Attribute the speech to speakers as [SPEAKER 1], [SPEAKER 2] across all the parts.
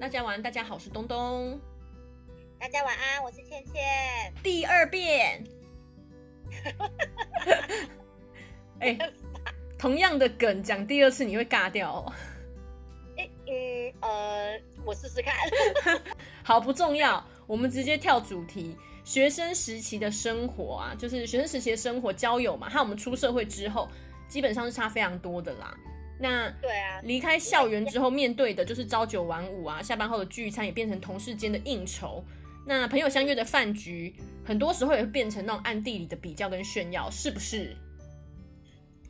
[SPEAKER 1] 大家晚安，大家好，我是东东。
[SPEAKER 2] 大家晚安，我是倩倩。
[SPEAKER 1] 第二遍。哎、同样的梗讲第二次你会尬掉哦。
[SPEAKER 2] 诶嗯呃，我试试看。
[SPEAKER 1] 好，不重要，我们直接跳主题。学生时期的生活啊，就是学生时期的生活交友嘛，和我们出社会之后，基本上是差非常多的啦。那
[SPEAKER 2] 对啊，
[SPEAKER 1] 离开校园之后，面对的就是朝九晚五啊，下班后的聚餐也变成同事间的应酬。那朋友相约的饭局，很多时候也会变成那种暗地里的比较跟炫耀，是不是？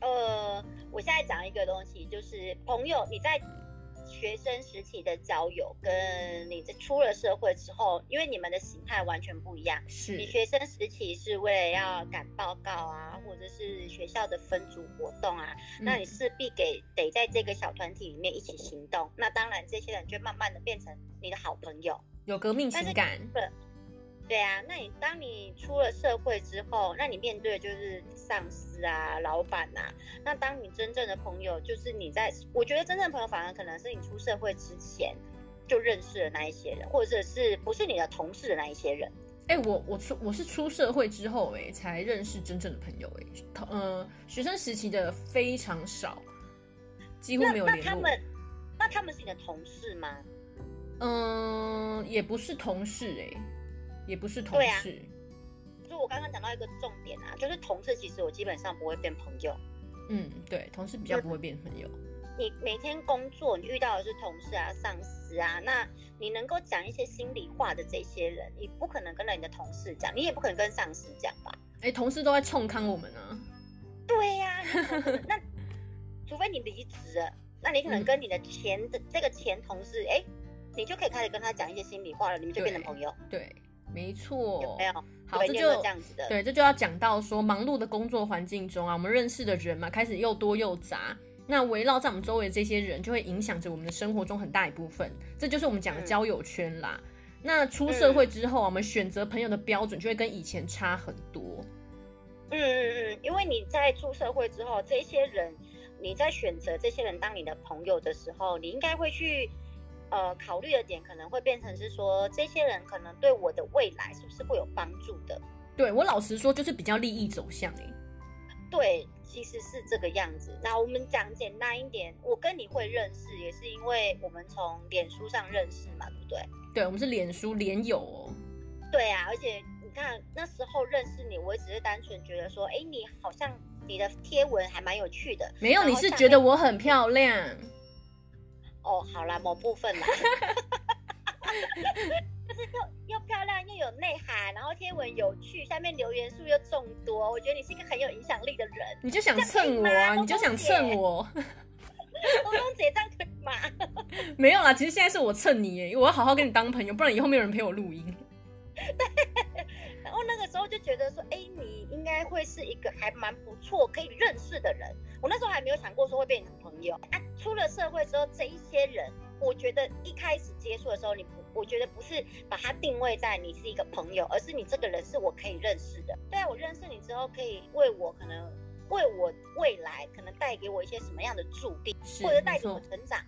[SPEAKER 2] 呃，我现在讲一个东西，就是朋友，你在学生时期的交友，跟你这出了社会之后，因为你们的形态完全不一样。
[SPEAKER 1] 是
[SPEAKER 2] 你学生时期是为了要赶报告啊，或者是学校的分组活动啊，
[SPEAKER 1] 嗯
[SPEAKER 2] 那你势必给得在这个小团体里面一起行动。那当然，这些人就慢慢的变成你的好朋友。
[SPEAKER 1] 有革命情感，
[SPEAKER 2] 对啊，那你当你出了社会之后，那你面对的就是上司啊、老板呐、啊。那当你真正的朋友，就是你在，我觉得真正的朋友反而可能是你出社会之前就认识的那一些人，或者是不是你的同事的那一些人。
[SPEAKER 1] 哎、我我出我是出社会之后、哎，才认识真正的朋友、哎，同呃，学生时期的非常少，几乎
[SPEAKER 2] 那
[SPEAKER 1] 没有
[SPEAKER 2] 那
[SPEAKER 1] 联
[SPEAKER 2] 他
[SPEAKER 1] 络。
[SPEAKER 2] 们，那他们是你的同事吗？
[SPEAKER 1] 嗯、也不是同事、哎，也不是同
[SPEAKER 2] 对啊
[SPEAKER 1] 事，
[SPEAKER 2] 就我刚刚讲到一个重点啊，就是同事其实我基本上不会变朋友。
[SPEAKER 1] 嗯，对，同事比较不会变朋友。
[SPEAKER 2] 你每天工作，你遇到的是同事啊、上司啊，那你能够讲一些心里话的这些人，你不可能跟你的同事讲，你也不可能跟上司讲吧？
[SPEAKER 1] 哎、同事都在冲康我们啊，
[SPEAKER 2] 对呀、你怎么可能 那除非你离职了，那你
[SPEAKER 1] 嗯
[SPEAKER 2] 可能跟你的前的、这个前同事，哎，你就可以开始跟他讲一些心里话了，你们就变成
[SPEAKER 1] 对
[SPEAKER 2] 朋友，
[SPEAKER 1] 对，没错。
[SPEAKER 2] 有没有？
[SPEAKER 1] 好，
[SPEAKER 2] 对
[SPEAKER 1] 这
[SPEAKER 2] 你有没有
[SPEAKER 1] 就
[SPEAKER 2] 这样子的，
[SPEAKER 1] 对，这就要讲到说，忙碌的工作环境中啊，我们认识的人嘛，开始又多又杂。那围绕在我们周围的这些人，就会影响着我们的生活中很大一部分。这就是我们讲的
[SPEAKER 2] 嗯
[SPEAKER 1] 交友圈啦。那出社会之后啊，我们选择朋友的标准就会跟以前差很多。
[SPEAKER 2] 嗯嗯嗯，因为你在出社会之后，这些人，你在选择这些人当你的朋友的时候，你应该会去，呃，考虑的点可能会变成是说，这些人可能对我的未来是不是会有帮助的？
[SPEAKER 1] 对我老实说，就是比较利益走向欸诶、
[SPEAKER 2] 对，其实是这个样子。那我们讲简单一点，我跟你会认识，也是因为我们从脸书上认识嘛，对不对？
[SPEAKER 1] 对我们是脸书脸友哦，
[SPEAKER 2] 对啊，而且你看那时候认识你，我也只是单纯觉得说，哎，你好像你的贴文还蛮有趣的，
[SPEAKER 1] 没有
[SPEAKER 2] 然后
[SPEAKER 1] 你是
[SPEAKER 2] 下
[SPEAKER 1] 觉得
[SPEAKER 2] 面
[SPEAKER 1] 我很漂亮，。
[SPEAKER 2] 哦，好啦，某部分啦， 就是又又漂亮又有内涵，然后贴文有趣，下面留言数又众多，我觉得你是一个很有影响力的人
[SPEAKER 1] 你就想
[SPEAKER 2] 这样可以
[SPEAKER 1] 蹭我
[SPEAKER 2] 吗
[SPEAKER 1] 啊，
[SPEAKER 2] 东
[SPEAKER 1] 你就
[SPEAKER 2] 东
[SPEAKER 1] 想
[SPEAKER 2] 姐
[SPEAKER 1] 蹭我。
[SPEAKER 2] 东东姐这样可以吗？
[SPEAKER 1] 没有啦，其实现在是我蹭你耶，我要好好跟你当朋友，不然以后没有人陪我录音。
[SPEAKER 2] 然后那个时候就觉得说，哎，你应该会是一个还蛮不错可以认识的人。我那时候还没有想过说会变成朋友啊。出了社会之后，这一些人，我觉得一开始接触的时候，你不，我觉得不是把它定位在你是一个朋友，而是你这个人是我可以认识的。对啊，我认识你之后，可以为我可能为我未来可能带给我一些什么样的助力，
[SPEAKER 1] 是
[SPEAKER 2] 或者，带
[SPEAKER 1] 没
[SPEAKER 2] 给我
[SPEAKER 1] 错，
[SPEAKER 2] 成长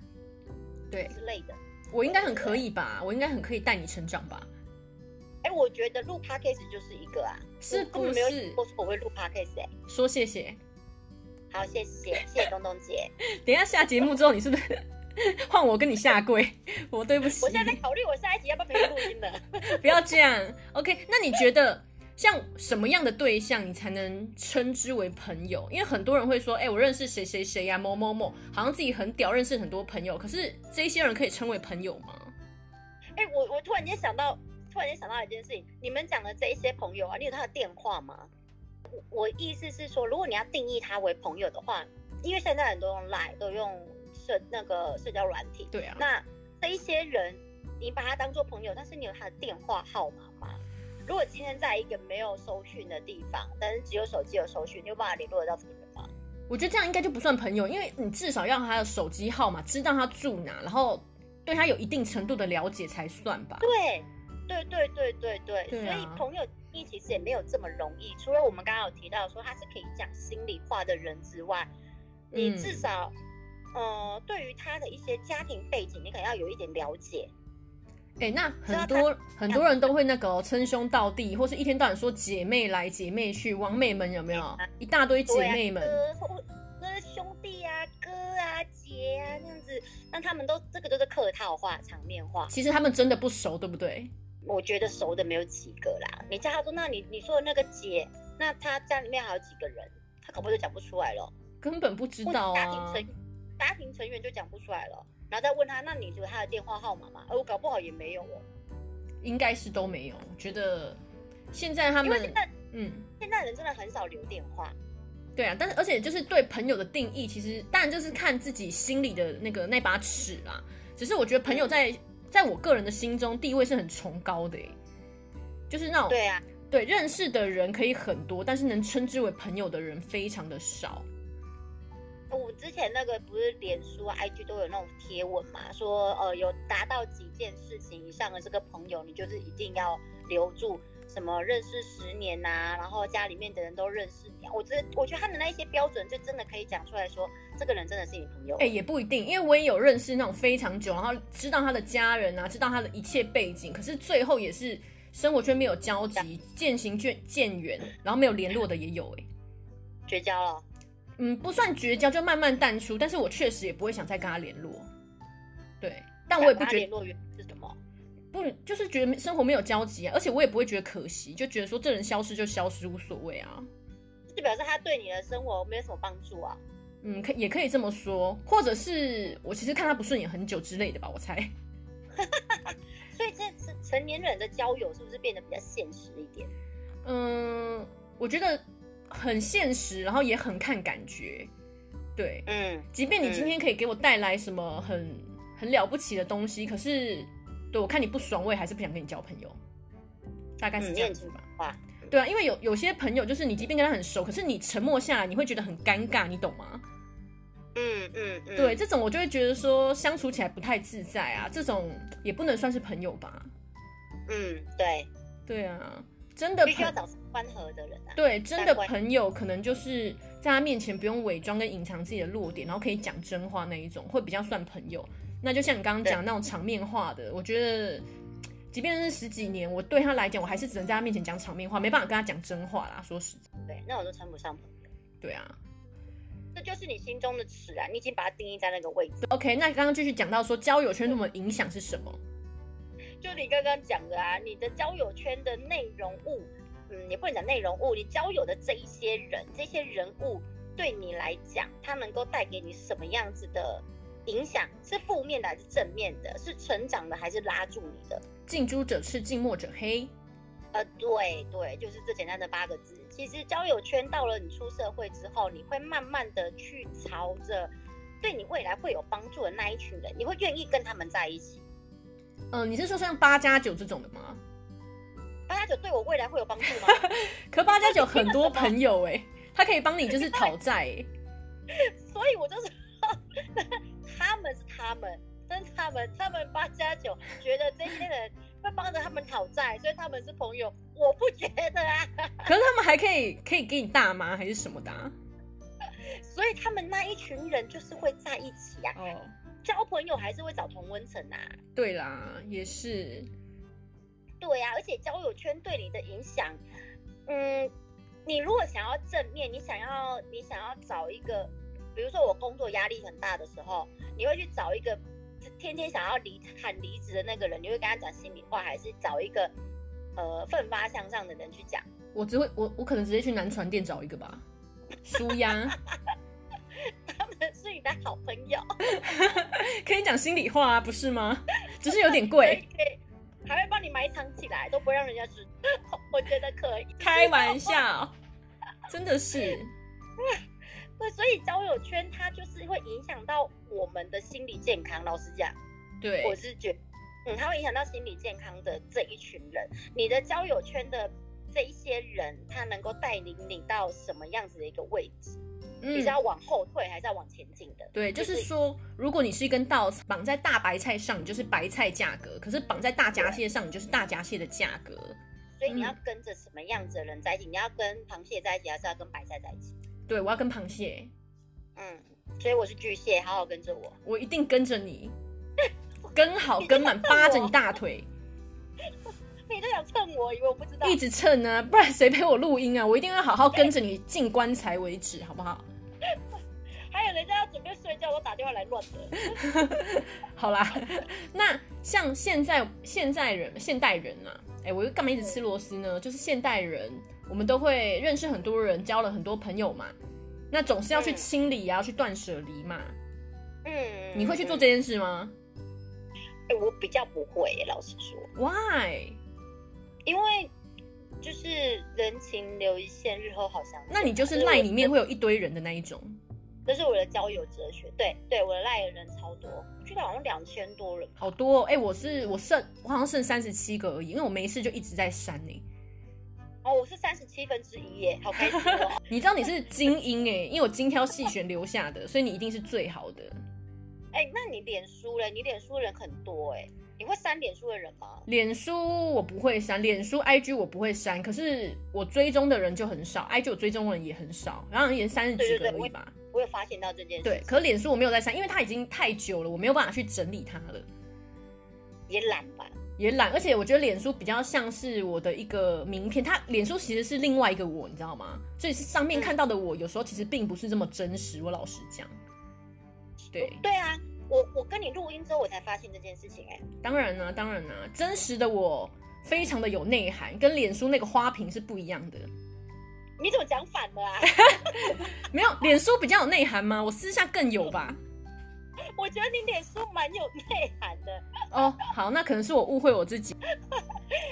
[SPEAKER 1] 对
[SPEAKER 2] 之类的。
[SPEAKER 1] 我应该很可以吧？我应该很可以带你成长吧？
[SPEAKER 2] 哎，我觉得录 podcast 就是一个啊，
[SPEAKER 1] 是
[SPEAKER 2] 我根
[SPEAKER 1] 不
[SPEAKER 2] 本没有
[SPEAKER 1] 是
[SPEAKER 2] 想过说我会录 podcast 哎、
[SPEAKER 1] 说谢谢。
[SPEAKER 2] 好，谢谢，谢谢东东姐。
[SPEAKER 1] 等一下下节目之后，你是不是换我跟你下跪？ 我对不起
[SPEAKER 2] 我，现在在考虑我下一集要不要陪你录音呢？
[SPEAKER 1] 不要这样。OK，那你觉得像什么样的对象你才能称之为朋友？因为很多人会说，哎、我认识谁谁谁呀，某某某，好像自己很屌，认识很多朋友。可是这些人可以称为朋友吗？
[SPEAKER 2] 哎、我我突然间想到，突然间想到一件事情，你们讲的这一些朋友啊，你有他的电话吗？我我意思是说，如果你要定义他为朋友的话，因为现在很多用 Line 都用社那个社交软体，
[SPEAKER 1] 对啊，
[SPEAKER 2] 那这一些人，你把他当做朋友，但是你有他的电话号码吗？如果今天在一个没有搜讯的地方，但是只有手机有搜讯，你有办法联络得到这个人吗？
[SPEAKER 1] 我觉得这样应该就不算朋友，因为你至少要他的手机号码，知道他住哪，然后对他有一定程度的了解才算吧。
[SPEAKER 2] 对，对对对对对，
[SPEAKER 1] 对
[SPEAKER 2] 所以
[SPEAKER 1] 啊
[SPEAKER 2] 朋友定义其实也没有这么容易。除了我们刚刚有提到说他是可以讲心里话的人之外，你
[SPEAKER 1] 嗯
[SPEAKER 2] 至少、呃对于他的一些家庭背景，你可能要有一点了解。啊
[SPEAKER 1] 哎、那很多很多人都会那个哦称兄道弟，或是一天到晚说姐妹来姐妹去，王妹们有没有？一大堆姐
[SPEAKER 2] 对啊
[SPEAKER 1] 妹们，
[SPEAKER 2] 哥或哥兄弟啊，哥啊，姐啊，那样子，那他们都这个都是客套话、场面话。
[SPEAKER 1] 其实他们真的不熟，对不对？
[SPEAKER 2] 我觉得熟的没有几个啦。你叫他说，那你你说的那个姐，那他家里面还有几个人，他搞不好就讲不出来了。
[SPEAKER 1] 根本不知
[SPEAKER 2] 或者
[SPEAKER 1] 道
[SPEAKER 2] 家庭
[SPEAKER 1] 啊。
[SPEAKER 2] 成家庭成员就讲不出来了，然后再问他，那你有他的电话号码吗？而我搞不好也没有哦，
[SPEAKER 1] 应该是都没有。我觉得现在他
[SPEAKER 2] 因为
[SPEAKER 1] 们
[SPEAKER 2] 现，在
[SPEAKER 1] 嗯，
[SPEAKER 2] 现在人真的很少留电话。
[SPEAKER 1] 对啊，但是而且就是对朋友的定义，其实当然就是看自己心里的那个那把尺啦。只是我觉得朋友在在我个人的心中地位是很崇高的耶，欸就是那种
[SPEAKER 2] 对啊，
[SPEAKER 1] 对认识的人可以很多，但是能称之为朋友的人非常的少。
[SPEAKER 2] 我之前那个不是脸书、啊、IG 都有那种贴文嘛，说呃有达到几件事情以上的这个朋友，你就是一定要留住。什么认识十年呐、然后家里面的人都认识你、啊，我这我觉得他的那一些标准，就真的可以讲出来说，这个人真的是你朋友。
[SPEAKER 1] 哎、也不一定，因为我也有认识那种非常久，然后知道他的家人啊，知道他的一切背景，可是最后也是生活圈没有交集，渐行渐渐远，然后没有联络的也有、哎，
[SPEAKER 2] 绝交了，
[SPEAKER 1] 嗯，不算绝交，就慢慢淡出，但是我确实也不会想再跟他联络，对，但我也不
[SPEAKER 2] 把他
[SPEAKER 1] 觉
[SPEAKER 2] 联
[SPEAKER 1] 得
[SPEAKER 2] 络原因是什么？
[SPEAKER 1] 不就是觉得生活没有交集啊，而且我也不会觉得可惜，就觉得说这人消失就消失，无所谓啊。
[SPEAKER 2] 就表示他对你的生活没有什么帮助啊。
[SPEAKER 1] 嗯，可也可以这么说，或者是我其实看他不顺眼很久之类的吧，我猜。
[SPEAKER 2] 所以这成成年人的交友是不是变得比较现实一点？
[SPEAKER 1] 嗯，我觉得很现实，然后也很看感觉。对，
[SPEAKER 2] 嗯，
[SPEAKER 1] 即便你
[SPEAKER 2] 嗯
[SPEAKER 1] 今天可以给我带来什么很很了不起的东西，可是对我看你不爽，我也还是不想跟你交朋友，大概是
[SPEAKER 2] 嗯
[SPEAKER 1] 这样子吧。
[SPEAKER 2] 哇，
[SPEAKER 1] 对啊，因为有有些朋友就是你即便跟他很熟，可是你沉默下来，你会觉得很尴尬，你懂吗？
[SPEAKER 2] 嗯嗯嗯，
[SPEAKER 1] 对，，这种我就会觉得说相处起来不太自在啊，这种也不能算是朋友吧？
[SPEAKER 2] 嗯对，
[SPEAKER 1] 对啊，真的
[SPEAKER 2] 必须要
[SPEAKER 1] 朋
[SPEAKER 2] 找欢合的人啊。
[SPEAKER 1] 对，真的
[SPEAKER 2] 难怪
[SPEAKER 1] 朋友可能就是在他面前不用伪装跟隐藏自己的弱点，然后可以讲真话那一种，会比较算朋友。那就像你刚刚讲那种场面话的，我觉得，即便是十几年，我对他来讲，我还是只能在他面前讲场面话，没办法跟他讲真话啦。说实在，
[SPEAKER 2] 对，那我都称不上朋友，
[SPEAKER 1] 对啊。
[SPEAKER 2] 这就是你心中的尺啊，你已经把它定义在那个位置。
[SPEAKER 1] OK，那刚刚继续讲到说交友圈对我们的影响是什么？
[SPEAKER 2] 就你刚刚讲的啊，你的交友圈的内容物，嗯，也不能讲内容物，你交友的这一些人，这些人物对你来讲，它能够带给你什么样子的影响？是负面的还是正面的？是成长的还是拉住你的？
[SPEAKER 1] 近朱者赤，近墨者黑。
[SPEAKER 2] 呃，对对，就是这简单的八个字。其实交友圈到了你出社会之后，你会慢慢的去朝着对你未来会有帮助的那一群人，你会愿意跟他们在一起。
[SPEAKER 1] 嗯、你是说像八加九这种的吗？
[SPEAKER 2] 八加九对我未来会有帮助吗？
[SPEAKER 1] 可八加九很多朋友哎、他可以帮你就是讨债、欸。
[SPEAKER 2] 所以我就是 他们是他们，但是他们他们八加九觉得这些人会帮着他们讨债，所以他们是朋友，我不觉得啊。
[SPEAKER 1] 可是他们还可以可以给你大麻还是什么的、啊？
[SPEAKER 2] 所以他们那一群人就是会在一起啊，
[SPEAKER 1] 哦，
[SPEAKER 2] 交朋友还是会找同温层啊。
[SPEAKER 1] 对啦，也是，
[SPEAKER 2] 对啊呀、而且交友圈对你的影响，嗯，你如果想要正面，你想要你想要找一个，比如说我工作压力很大的时候，你会去找一个天天想要离喊离职的那个人，你会跟他讲心里话，还是找一个呃奋发向上的人去讲？
[SPEAKER 1] 我只会我我可能直接去南船店找一个 吧，舒压，
[SPEAKER 2] 他们是你的好朋友，
[SPEAKER 1] 可以讲心里话啊，不是 吗？只是有点贵，，
[SPEAKER 2] 对，还会帮你埋藏起来，都不会让人家知道。 我觉得可以。
[SPEAKER 1] 开玩笑，真的是，
[SPEAKER 2] 对，所以交友圈它就是会影响到我们的心理健康。老实讲。我
[SPEAKER 1] 对，
[SPEAKER 2] 是觉嗯，它会影响到心理健康的这一群人，你的交友圈的这一些人，他能够带领你到什么样子的一个位置？你
[SPEAKER 1] 嗯
[SPEAKER 2] 是，要往后退，还是要往前进的？
[SPEAKER 1] 对，就是说，如果你是一根稻草绑在大白菜上，你就是白菜价格；可是绑在大闸蟹上，你就是大闸蟹的价格。
[SPEAKER 2] 所以你
[SPEAKER 1] 嗯
[SPEAKER 2] 要跟着什么样子的人在一起？你要跟螃蟹在一起，还是要跟白菜在一起？
[SPEAKER 1] 对，我要跟螃蟹，
[SPEAKER 2] 嗯，所以我是巨蟹，好好跟着我。
[SPEAKER 1] 我一定跟着你。跟好跟满，扒着你大腿
[SPEAKER 2] 你都想蹭我，以为我不知道。
[SPEAKER 1] 一直蹭啊，不然谁陪我录音啊？我一定要好好跟着你进棺材为止，好不好？
[SPEAKER 2] 还有人家要准备睡觉，我打电话来乱的。
[SPEAKER 1] 好啦， 那像现在现在人现代人啊，哎、我又干嘛一直吃螺丝呢？就是现代人，我们都会认识很多人，交了很多朋友嘛，那总是要去
[SPEAKER 2] 嗯
[SPEAKER 1] 清理啊，要去断舍离嘛。
[SPEAKER 2] 嗯，
[SPEAKER 1] 你会去做这件事吗
[SPEAKER 2] 哎、我比较不会、老实说，
[SPEAKER 1] ？Why？
[SPEAKER 2] 因为就是人情留一线，日后好相见。
[SPEAKER 1] 那你就是
[SPEAKER 2] 我
[SPEAKER 1] 赖里面会有一堆人的那一种。
[SPEAKER 2] 这是我的交友哲学。对对，我的赖的人超多，我记得好像两千多人吧。
[SPEAKER 1] 好多、哦，哎、我是我剩我好像剩三十七个而已，因为我没事就一直在删欸呢、
[SPEAKER 2] 哦，我是三十七分之一耶，好开心 哦！
[SPEAKER 1] 你知道你是精英哎、因为我精挑细选留下的，所以你一定是最好的。
[SPEAKER 2] 哎、那你脸书嘞？你脸书人很多哎，你会删脸书的人吗？
[SPEAKER 1] 脸书我不会删，脸书 IG 我不会删，可是我追踪的人就很少，IG 我追踪的人也很少，然后也三十几个
[SPEAKER 2] 对对对
[SPEAKER 1] 而已吧。
[SPEAKER 2] 我有发现到这件事，
[SPEAKER 1] 对，可是脸书我没有在删，因为它已经太久了，我没有办法去整理它了。
[SPEAKER 2] 也懒吧？
[SPEAKER 1] 也懒，而且我觉得脸书比较像是我的一个名片，它脸书其实是另外一个我，你知道吗？所以是上面
[SPEAKER 2] 嗯
[SPEAKER 1] 看到的我，有时候其实并不是这么真实。我老实讲，对，
[SPEAKER 2] 对啊，我我跟你录音之后，我才发现这件事情哎。
[SPEAKER 1] 当然啦、当然啦、真实的我非常的有内涵，跟脸书那个花瓶是不一样的。
[SPEAKER 2] 你怎么讲反 了啊？
[SPEAKER 1] 没有，脸书比较有内涵吗？我私下更有吧。
[SPEAKER 2] 我觉得你脸书蛮有内涵的，
[SPEAKER 1] 哦，好，那可能是我误会我自己。
[SPEAKER 2] 因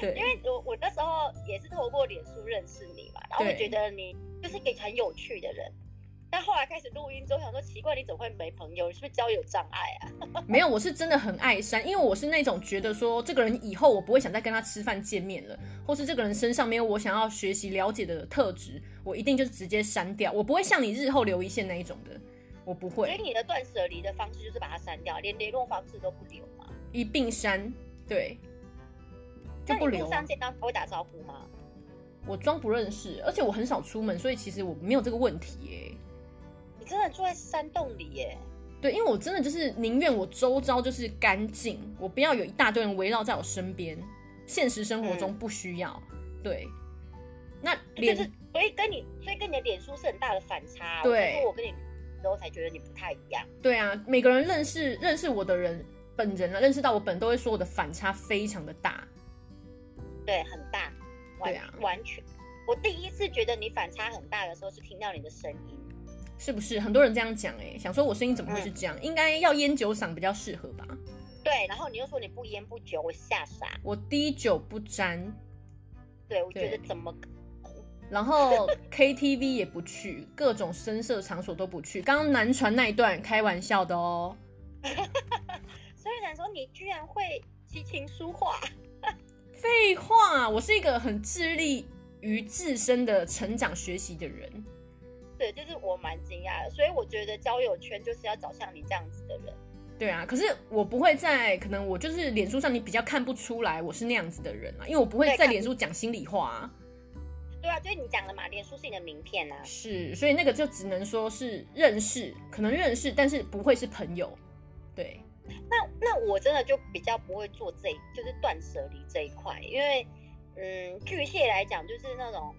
[SPEAKER 1] 对，
[SPEAKER 2] 为我我那时候也是透过脸书认识你嘛，然后我
[SPEAKER 1] 对
[SPEAKER 2] 觉得你就是一个很有趣的人。但后来开始录音之后，想说奇怪，你怎么会没朋友？你是不是交友障碍啊？
[SPEAKER 1] 没有，我是真的很爱删，因为我是那种觉得说这个人以后我不会想再跟他吃饭见面了，或是这个人身上没有我想要学习了解的特质，我一定就是直接删掉，我不会像你日后留一线那一种的，我不
[SPEAKER 2] 所以
[SPEAKER 1] 会
[SPEAKER 2] 你的断舍离的方式就是把它删掉，连联络方式都不留嘛。
[SPEAKER 1] 一并删，对，就
[SPEAKER 2] 那
[SPEAKER 1] 不
[SPEAKER 2] 你
[SPEAKER 1] 留
[SPEAKER 2] 路
[SPEAKER 1] 啊、
[SPEAKER 2] 上见到他会打招呼吗？
[SPEAKER 1] 我装不认识，而且我很少出门，所以其实我没有这个问题耶、
[SPEAKER 2] 你真的住在山洞里耶？
[SPEAKER 1] 对，因为我真的就是宁愿我周遭就是干净，我不要有一大堆人围绕在我身边。现实生活中不需要。对，那
[SPEAKER 2] 就
[SPEAKER 1] 脸
[SPEAKER 2] 是所以跟你，所以跟你的脸书是很大的反差。哦
[SPEAKER 1] 对
[SPEAKER 2] 我觉得我跟你之后才觉得你不太一样。
[SPEAKER 1] 对啊，每个人认识认识我的人本人啊，认识到我本人都会说我的反差非常的大。
[SPEAKER 2] 对，很大，完
[SPEAKER 1] 对啊
[SPEAKER 2] 完全。我第一次觉得你反差很大的时候，是听到你的声音。
[SPEAKER 1] 是不是很多人这样讲？哎，想说我声音怎么会是这样？应该要烟酒嗓比较适合吧。
[SPEAKER 2] 对，然后你又说你不烟不酒，我吓傻。
[SPEAKER 1] 我滴酒不沾，
[SPEAKER 2] 对，我觉
[SPEAKER 1] 对
[SPEAKER 2] 得怎么可
[SPEAKER 1] 然 后 KTV 也不去，各种声色场所都不去。刚刚南传那一段开玩笑的哦，
[SPEAKER 2] 所以想说你居然会激情书画，
[SPEAKER 1] 废话，啊我是一个很致力于自身的成长学习的人。
[SPEAKER 2] 对，就是我蛮惊讶的。所以我觉得交友圈就是要找像你这样子的人。
[SPEAKER 1] 对啊，可是我不会在，可能我就是脸书上你比较看不出来我是那样子的人啊，因为我不会
[SPEAKER 2] 对
[SPEAKER 1] 在
[SPEAKER 2] 看
[SPEAKER 1] 脸书讲心里话、啊，
[SPEAKER 2] 对啊，就是你讲的嘛，脸书是你的名片啊。
[SPEAKER 1] 是，所以那个就只能说是认识，可能认识，但是不会是朋友。对，
[SPEAKER 2] 那那我真的就比较不会做这一，就是断舍离这一块，因为嗯，巨蟹来讲就是那种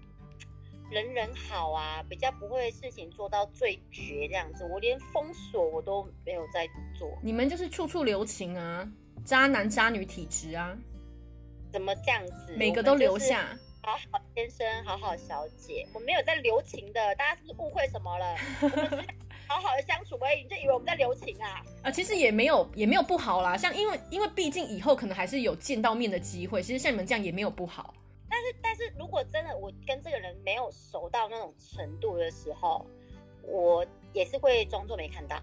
[SPEAKER 2] 人人好啊，比较不会事情做到最绝这样子。我连封锁我都没有在做，
[SPEAKER 1] 你们就是处处留情啊，渣男渣女体质啊，
[SPEAKER 2] 怎么这样子？
[SPEAKER 1] 每个都留。下。
[SPEAKER 2] 好好先生，好好小姐，我没有在留情的，大家是不是误会什么了？我们 只是好好的相处而已，你就以为我们在留情啊？
[SPEAKER 1] 啊，其实也没有也没有不好啦，像因为因为毕竟以后可能还是有见到面的机会，其实像你们这样也没有不好。
[SPEAKER 2] 但是如果真的我跟这个人没有熟到那种程度的时候，我也是会装作没看到。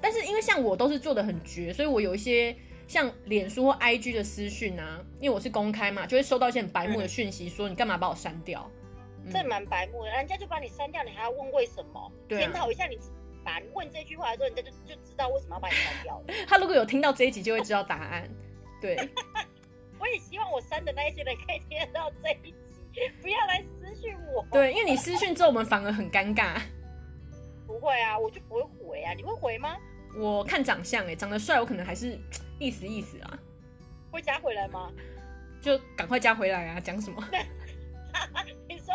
[SPEAKER 1] 但是因为像我都是做的很绝，所以我有一些像脸书或 IG 的私讯啊，因为我是公开嘛，就会收到一些很白目的讯息，说你干嘛把我删掉？嗯
[SPEAKER 2] 这蛮白目的，人家就把你删掉，你还要问为什么？
[SPEAKER 1] 对啊
[SPEAKER 2] 检讨一下你自己吧。你问这句话的时候，人家就就知道为什么要把你删掉了。
[SPEAKER 1] 他如果有听到这一集，就会知道答案。对，
[SPEAKER 2] 我也希望我删的那一些人可以听得到这一集，不要来私讯我。，
[SPEAKER 1] 对，因为你私讯之后，我们反而很尴尬。
[SPEAKER 2] 不会啊，我就不会回啊。你会回吗？
[SPEAKER 1] 我看长相、欸，哎，长得帅，我可能还是意思意思啊，
[SPEAKER 2] 会加回来吗？
[SPEAKER 1] 就赶快加回来啊，讲什么？
[SPEAKER 2] 你说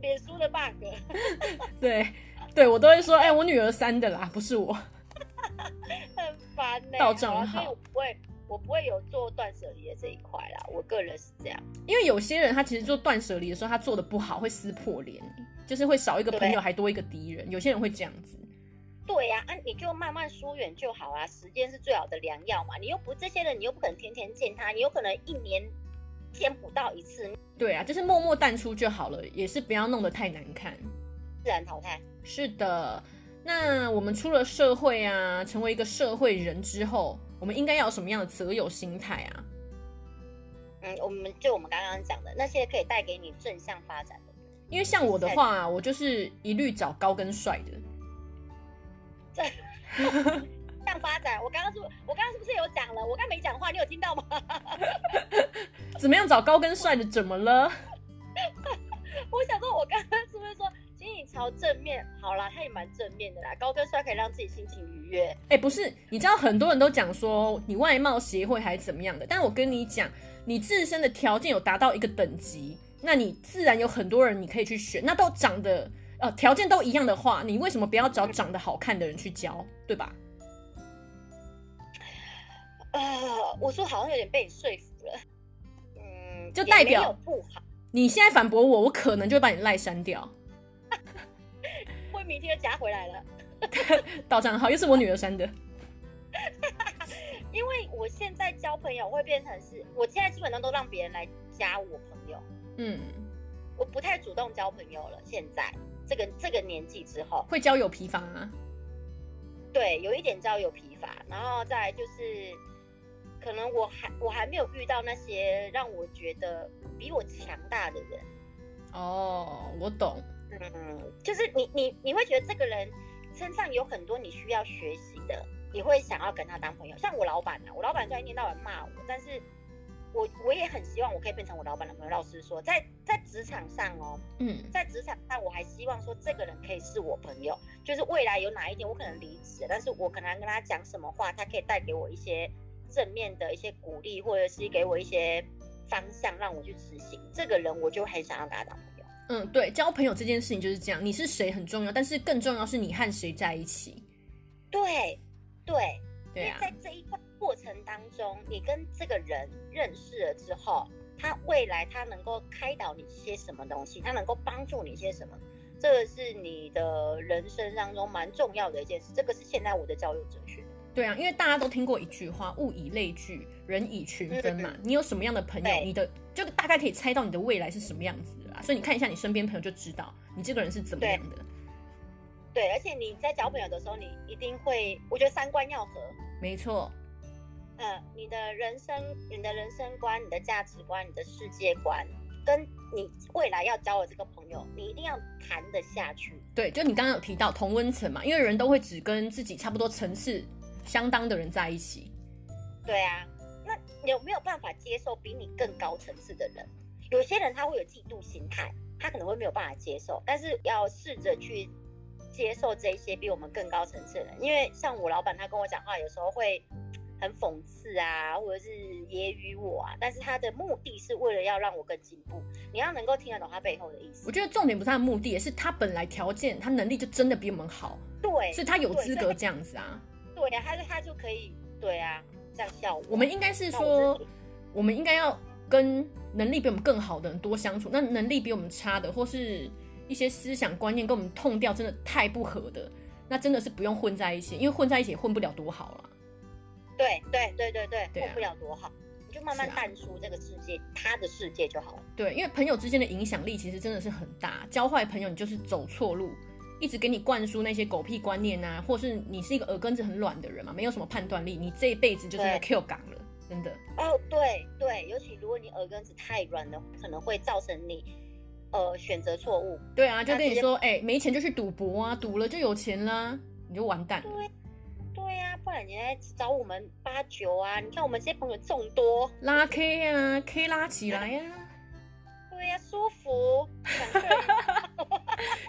[SPEAKER 2] 脸书的 bug，
[SPEAKER 1] 对，对我都会说，哎、我女儿删的啦，不是我。
[SPEAKER 2] 很烦呢、
[SPEAKER 1] 到账
[SPEAKER 2] 啊所以
[SPEAKER 1] 号
[SPEAKER 2] 我不会，我不会有做断舍离的这一块啦。我个人是这样，
[SPEAKER 1] 因为有些人他其实做断舍离的时候，他做的不好会撕破脸，就是会少一个朋友，
[SPEAKER 2] 对
[SPEAKER 1] 还多一个敌人。有些人会这样子，
[SPEAKER 2] 对呀、啊，你就慢慢疏远就好啊。时间是最好的良药嘛。你又不这些人，你又不可能天天见他，你有可能一年见不到一次，
[SPEAKER 1] 对啊，就是默默淡出就好了，也是不要弄得太难看。
[SPEAKER 2] 自然淘汰。
[SPEAKER 1] 是的，那我们出了社会啊，成为一个社会人之后，我们应该要有什么样的择友心态啊？
[SPEAKER 2] 嗯，我们就我们刚刚讲的那些可以带给你正向发展的人，
[SPEAKER 1] 因为像我的话、我就是一律找高跟帅的。
[SPEAKER 2] 正向发展。我刚刚是不，我刚刚是不是有讲了？我刚没讲话，你有听到吗？
[SPEAKER 1] 怎么样找高跟帅的？怎么了？
[SPEAKER 2] 我想说，我刚刚是不是说，请你朝正面？好啦，他也蛮正面的啦。高跟帅可以让自己心情愉悦。
[SPEAKER 1] 哎、不是，你知道很多人都讲说你外貌协会还是怎么样的，但我跟你讲，你自身的条件有达到一个等级，那你自然有很多人你可以去选。那都长得呃条件都一样的话，你为什么不要找长得好看的人去交，对吧？
[SPEAKER 2] 呃，我说好像有点被你说服了。嗯，
[SPEAKER 1] 就
[SPEAKER 2] 也
[SPEAKER 1] 代
[SPEAKER 2] 没
[SPEAKER 1] 表
[SPEAKER 2] 有不好，
[SPEAKER 1] 你现在反驳我，我可能就会把你赖删掉。
[SPEAKER 2] 会明天就加回来了。
[SPEAKER 1] 到账号又是我女儿删的，
[SPEAKER 2] 因为我现在交朋友会变成是，我现在基本上都让别人来加我朋友，
[SPEAKER 1] 嗯，
[SPEAKER 2] 我不太主动交朋友了。现在这个这个年纪之后，
[SPEAKER 1] 会交友疲乏、啊。
[SPEAKER 2] 对，有一点交友疲乏，然后再来就是，可能我还我还没有遇到那些让我觉得比我强大的人。
[SPEAKER 1] 哦，我懂，
[SPEAKER 2] 嗯，就是你你你会觉得这个人身上有很多你需要学习的，你会想要跟他当朋友。像我老板啊，我老板虽然一天到晚骂我，但是我我也很希望我可以变成我老板的朋友。老实说，在在职场上哦，
[SPEAKER 1] 嗯，
[SPEAKER 2] 在职场上我还希望说这个人可以是我朋友，就是未来有哪一天我可能离职了，但是我可能跟他讲什么话，他可以带给我一些正面的一些鼓励，或者是给我一些方向让我去执行。这个人我就很想要跟他当朋友。
[SPEAKER 1] 嗯，对，交朋友这件事情就是这样，你是谁很重要，但是更重要是你和谁在一起。
[SPEAKER 2] 对，对。因
[SPEAKER 1] 对
[SPEAKER 2] 为
[SPEAKER 1] 啊，
[SPEAKER 2] 在这一段过程当中，你跟这个人认识了之后，他未来他能够开导你些什么东西，他能够帮助你些什么，这个是你的人生当中蛮重要的一件事。这个是现在我的交友哲学。
[SPEAKER 1] 对啊，因为大家都听过一句话“物以类聚，人以群分”嘛。你有什么样的朋友，
[SPEAKER 2] 对
[SPEAKER 1] 你的就大概可以猜到你的未来是什么样子的啦。所以你看一下你身边朋友就知道你这个人是怎么样的。
[SPEAKER 2] 对，而且你在交朋友的时候，你一定会，我觉得三观要合。
[SPEAKER 1] 没错，
[SPEAKER 2] 呃，你的人生、你的人生观、你的价值观、你的世界观，跟你未来要交的这个朋友，你一定要谈得下去。
[SPEAKER 1] 对，就你刚刚有提到同温层嘛，因为人都会只跟自己差不多层次相当的人在一起。
[SPEAKER 2] 对啊，那你有没有办法接受比你更高层次的人？有些人他会有嫉妒心态，他可能会没有办法接受，但是要试着去接受这些比我们更高层次的人。因为像我老板，他跟我讲话有时候会很讽刺啊，或者是揶揄我啊，但是他的目的是为了要让我更进步。你要能够听得懂他背后的意思
[SPEAKER 1] 我。觉得重点不是他的目的，也是他本来条件、他能力就真的比我们好，
[SPEAKER 2] 对，
[SPEAKER 1] 所以他有
[SPEAKER 2] 对
[SPEAKER 1] 资
[SPEAKER 2] 所
[SPEAKER 1] 格
[SPEAKER 2] 以
[SPEAKER 1] 这样子啊。
[SPEAKER 2] 对啊，他就他就可以对啊，这样笑我。
[SPEAKER 1] 我们应该是
[SPEAKER 2] 那我
[SPEAKER 1] 说，我们应该要跟能力比我们更好的人多相处。那能力比我们差的，或是一些思想观念跟我们痛调真的太不合的，那真的是不用混在一起，因为混在一起也混不了多好啊啦。
[SPEAKER 2] 对对对对对，
[SPEAKER 1] 对
[SPEAKER 2] 过
[SPEAKER 1] 啊
[SPEAKER 2] 不了多好，你就慢慢
[SPEAKER 1] 是啊
[SPEAKER 2] 淡出这个世界，他的世界就好了。
[SPEAKER 1] 对，因为朋友之间的影响力其实真的是很大，交坏朋友你就是走错路，一直给你灌输那些狗屁观念啊，或是你是一个耳根子很软的人嘛，没有什么判断力，你这一辈子就真的 Q 港了，真的。
[SPEAKER 2] 哦，对对，尤其如果你耳根子太软了，可能会造成你呃选择错误。
[SPEAKER 1] 对啊，就
[SPEAKER 2] 那
[SPEAKER 1] 跟你
[SPEAKER 2] 直接
[SPEAKER 1] 说，哎、没钱就去赌博啊，赌了就有钱啦，你就完蛋了。
[SPEAKER 2] 对啊对呀、不然你来找我们八九啊，你看我们这些朋友众多，
[SPEAKER 1] 拉 K 啊，K 拉起来啊呀、
[SPEAKER 2] 对呀、舒服，两个人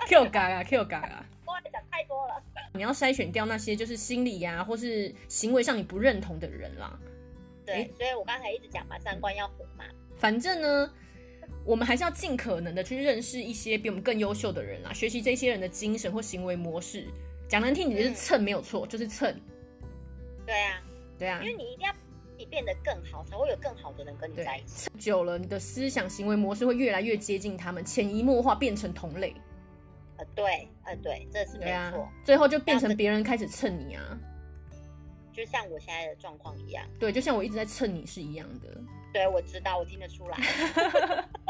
[SPEAKER 1] q 嘎啊，Q 嘎啊。
[SPEAKER 2] 哇，讲太多了。
[SPEAKER 1] 你要筛选掉那些就是心理呀、或是行为上你不认同的人啦。
[SPEAKER 2] 对
[SPEAKER 1] 诶，
[SPEAKER 2] 所以我刚才一直讲嘛，三观要合嘛。
[SPEAKER 1] 反正呢，我们还是要尽可能的去认识一些比我们更优秀的人啦，学习这些人的精神或行为模式。讲难听点就是
[SPEAKER 2] 嗯
[SPEAKER 1] 蹭没有错，就是蹭。
[SPEAKER 2] 对啊，
[SPEAKER 1] 对啊
[SPEAKER 2] 因，为你一定要你变得更好，才会有更好的人跟你在一起。
[SPEAKER 1] 久了你的思想行为模式会越来越接近他们，潜移默化变成同类。
[SPEAKER 2] 呃，对，呃，对，这是
[SPEAKER 1] 对
[SPEAKER 2] 没
[SPEAKER 1] 啊
[SPEAKER 2] 错，，
[SPEAKER 1] 最后就变成别人开始蹭你啊。
[SPEAKER 2] 就像我现在的状况一样。
[SPEAKER 1] 对，就像我一直在蹭你是一样的。
[SPEAKER 2] 对，我知道，我听得出来。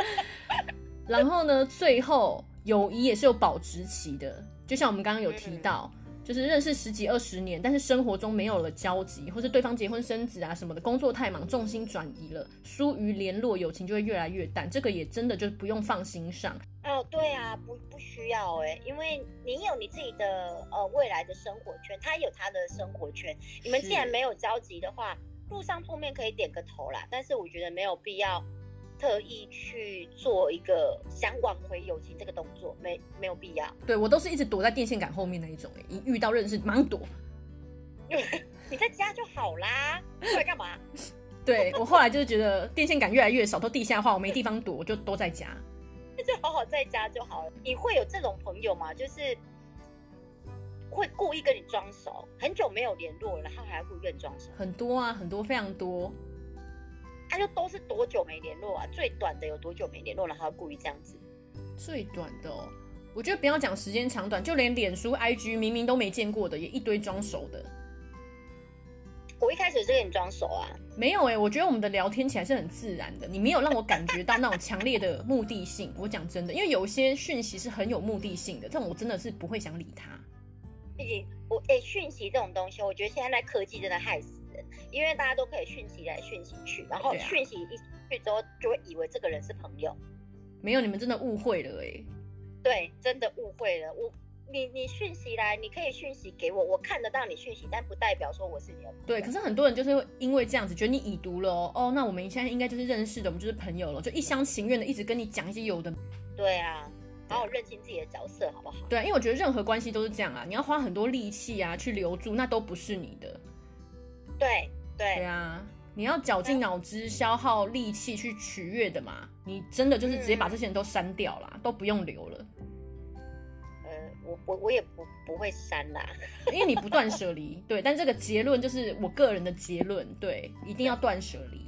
[SPEAKER 1] 然后呢，最后友谊也是有保质期的，就像我们刚刚有提到，就是认识十几二十年，但是生活中没有了交集，或是对方结婚生子啊什么的，工作太忙，重心转移了，疏于联络，友情就会越来越淡。这个也真的就不用放心上。
[SPEAKER 2] 哦，对啊，不不需要哎、因为你有你自己的呃未来的生活圈，他有他的生活圈，你们
[SPEAKER 1] 是
[SPEAKER 2] 既然没有交集的话，路上碰面可以点个头啦，但是我觉得没有必要特意去做一个想挽回友情这个动作，没没有必要。
[SPEAKER 1] 对我都是一直躲在电线杆后面那一种、欸，一遇到认识马上躲。
[SPEAKER 2] 你在家就好啦，出来干嘛？
[SPEAKER 1] 对我后来就是觉得电线杆越来越少，都地下化，我没地方躲，我就都在家。
[SPEAKER 2] 那就好好在家就好了。你会有这种朋友吗？就是会故意跟你装熟，很久没有联络了，然后还要故意跟你装熟。
[SPEAKER 1] 很多啊，很多，非常多。
[SPEAKER 2] 他就都是多久没联络啊？最短的有多久没联络，然后故意这样子？
[SPEAKER 1] 最短的哦，我觉得不要讲时间长短，就连脸书、IG 明明都没见过的，也一堆装熟的。
[SPEAKER 2] 我一开始是跟你装熟啊，
[SPEAKER 1] 没有哎、我觉得我们的聊天起来是很自然的，你没有让我感觉到那种强烈的目的性。我讲真的，因为有些讯息是很有目的性的，但我真的是不会想理他。
[SPEAKER 2] 毕竟我诶讯息这种东西，我觉得现在科技真的害死人，因为大家都可以讯息来讯息去，然后
[SPEAKER 1] 对啊
[SPEAKER 2] 讯息一去之后，就会以为这个人是朋友。
[SPEAKER 1] 没有，你们真的误会了哎、
[SPEAKER 2] 对，真的误会了我。你你讯息来，你可以讯息给我，我看得到你讯息，但不代表说我是你的朋友。
[SPEAKER 1] 对，可是很多人就是会因为这样子觉得你已读了哦，哦，那我们现在应该就是认识的，我们就是朋友了，就一厢情愿的一直跟你讲一些有的
[SPEAKER 2] 对啊，好好认清自己的角色，好不好？
[SPEAKER 1] 对，啊因为我觉得任何关系都是这样啊，你要花很多力气啊去留住，那都不是你的。
[SPEAKER 2] 对对
[SPEAKER 1] 对啊，你要绞尽脑汁、消耗力气去取悦的嘛，你真的就是直接把这些人都删掉啦，都不用留了，
[SPEAKER 2] 呃，我我我也不不会删啦。
[SPEAKER 1] 因为你不断舍离。对，但这个结论就是我个人的结论，对，一定要断舍离。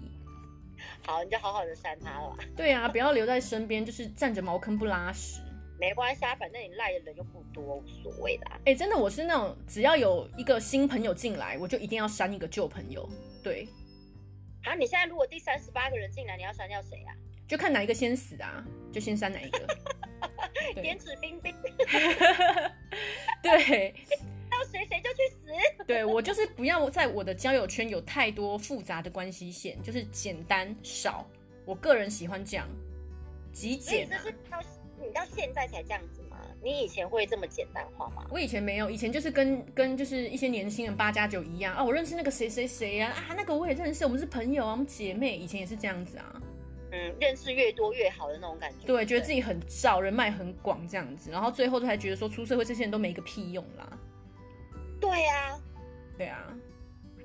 [SPEAKER 2] 好，你就好好的删他哦了吧。
[SPEAKER 1] 对啊，不要留在身边，就是站着茅坑不拉屎。
[SPEAKER 2] 没关系啊，反正你赖的人又不多，无所谓啊啦。
[SPEAKER 1] 哎，真的，我是那种只要有一个新朋友进来，我就一定要删一个旧朋友。对，
[SPEAKER 2] 啊，你现在如果第三十八个人进来，你要删掉谁啊？
[SPEAKER 1] 就看哪一个先死啊，就先删哪一个。 对
[SPEAKER 2] 点指兵兵，
[SPEAKER 1] 对，
[SPEAKER 2] 要谁谁就去死。
[SPEAKER 1] 对我就是不要在我的交友圈有太多复杂的关系线，就是简单少。我个人喜欢这样极
[SPEAKER 2] 所以
[SPEAKER 1] 简
[SPEAKER 2] 这
[SPEAKER 1] 啊。
[SPEAKER 2] 是到你到现在才这样子吗？你以前会这么简单化吗？
[SPEAKER 1] 我以前没有，以前就是跟跟就是一些年轻人八加九一样啊，我认识那个谁谁谁啊啊，那个我也认识，我们是朋友啊，我们姐妹，以前也是这样子啊。
[SPEAKER 2] 嗯，认识越多越好的那种感觉。
[SPEAKER 1] 对，觉得自
[SPEAKER 2] 己
[SPEAKER 1] 己很少，人脉很广这样子，然后最后才觉得说出社会这些人都没个屁用啦。
[SPEAKER 2] 对啊，
[SPEAKER 1] 对啊，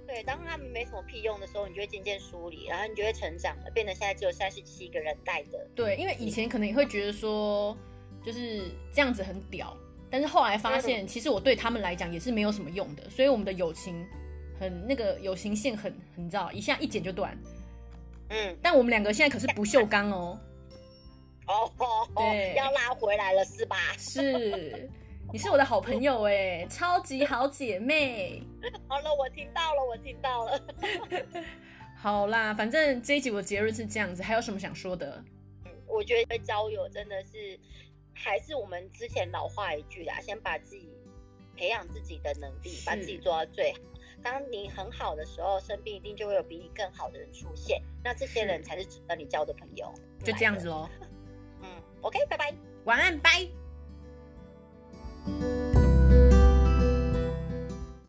[SPEAKER 2] 对，当他们没什么屁用的时候，你就会渐渐疏离，然后你就会成长了，变得现在只有三十七个人带的。
[SPEAKER 1] 对，因为以前可能也会觉得说，就是这样子很屌，但是后来发现，其实我对他们来讲也是没有什么用的，所以我们的友情很那个友情线很很你知道，一下一剪就断。
[SPEAKER 2] 嗯，
[SPEAKER 1] 但我们两个现在可是不锈钢哦，
[SPEAKER 2] 哦，哦
[SPEAKER 1] 对
[SPEAKER 2] 要拉回来了是吧？
[SPEAKER 1] 是，你是我的好朋友哎，超级好姐妹。
[SPEAKER 2] 好了，我听到了，我听到了。
[SPEAKER 1] 好啦，反正这一集我的结论是这样子，还有什么想说的？
[SPEAKER 2] 我觉得交友真的是，还是我们之前老话一句啦，先把自己培养自己的能力，
[SPEAKER 1] 是
[SPEAKER 2] 把自己做到最好。当你很好的时候，身边一定就会有比你更好的人出现，那这些人
[SPEAKER 1] 是
[SPEAKER 2] 才是值得你交的朋友。
[SPEAKER 1] 就这样子喽，
[SPEAKER 2] 嗯，OK，拜拜。
[SPEAKER 1] 晚安，拜。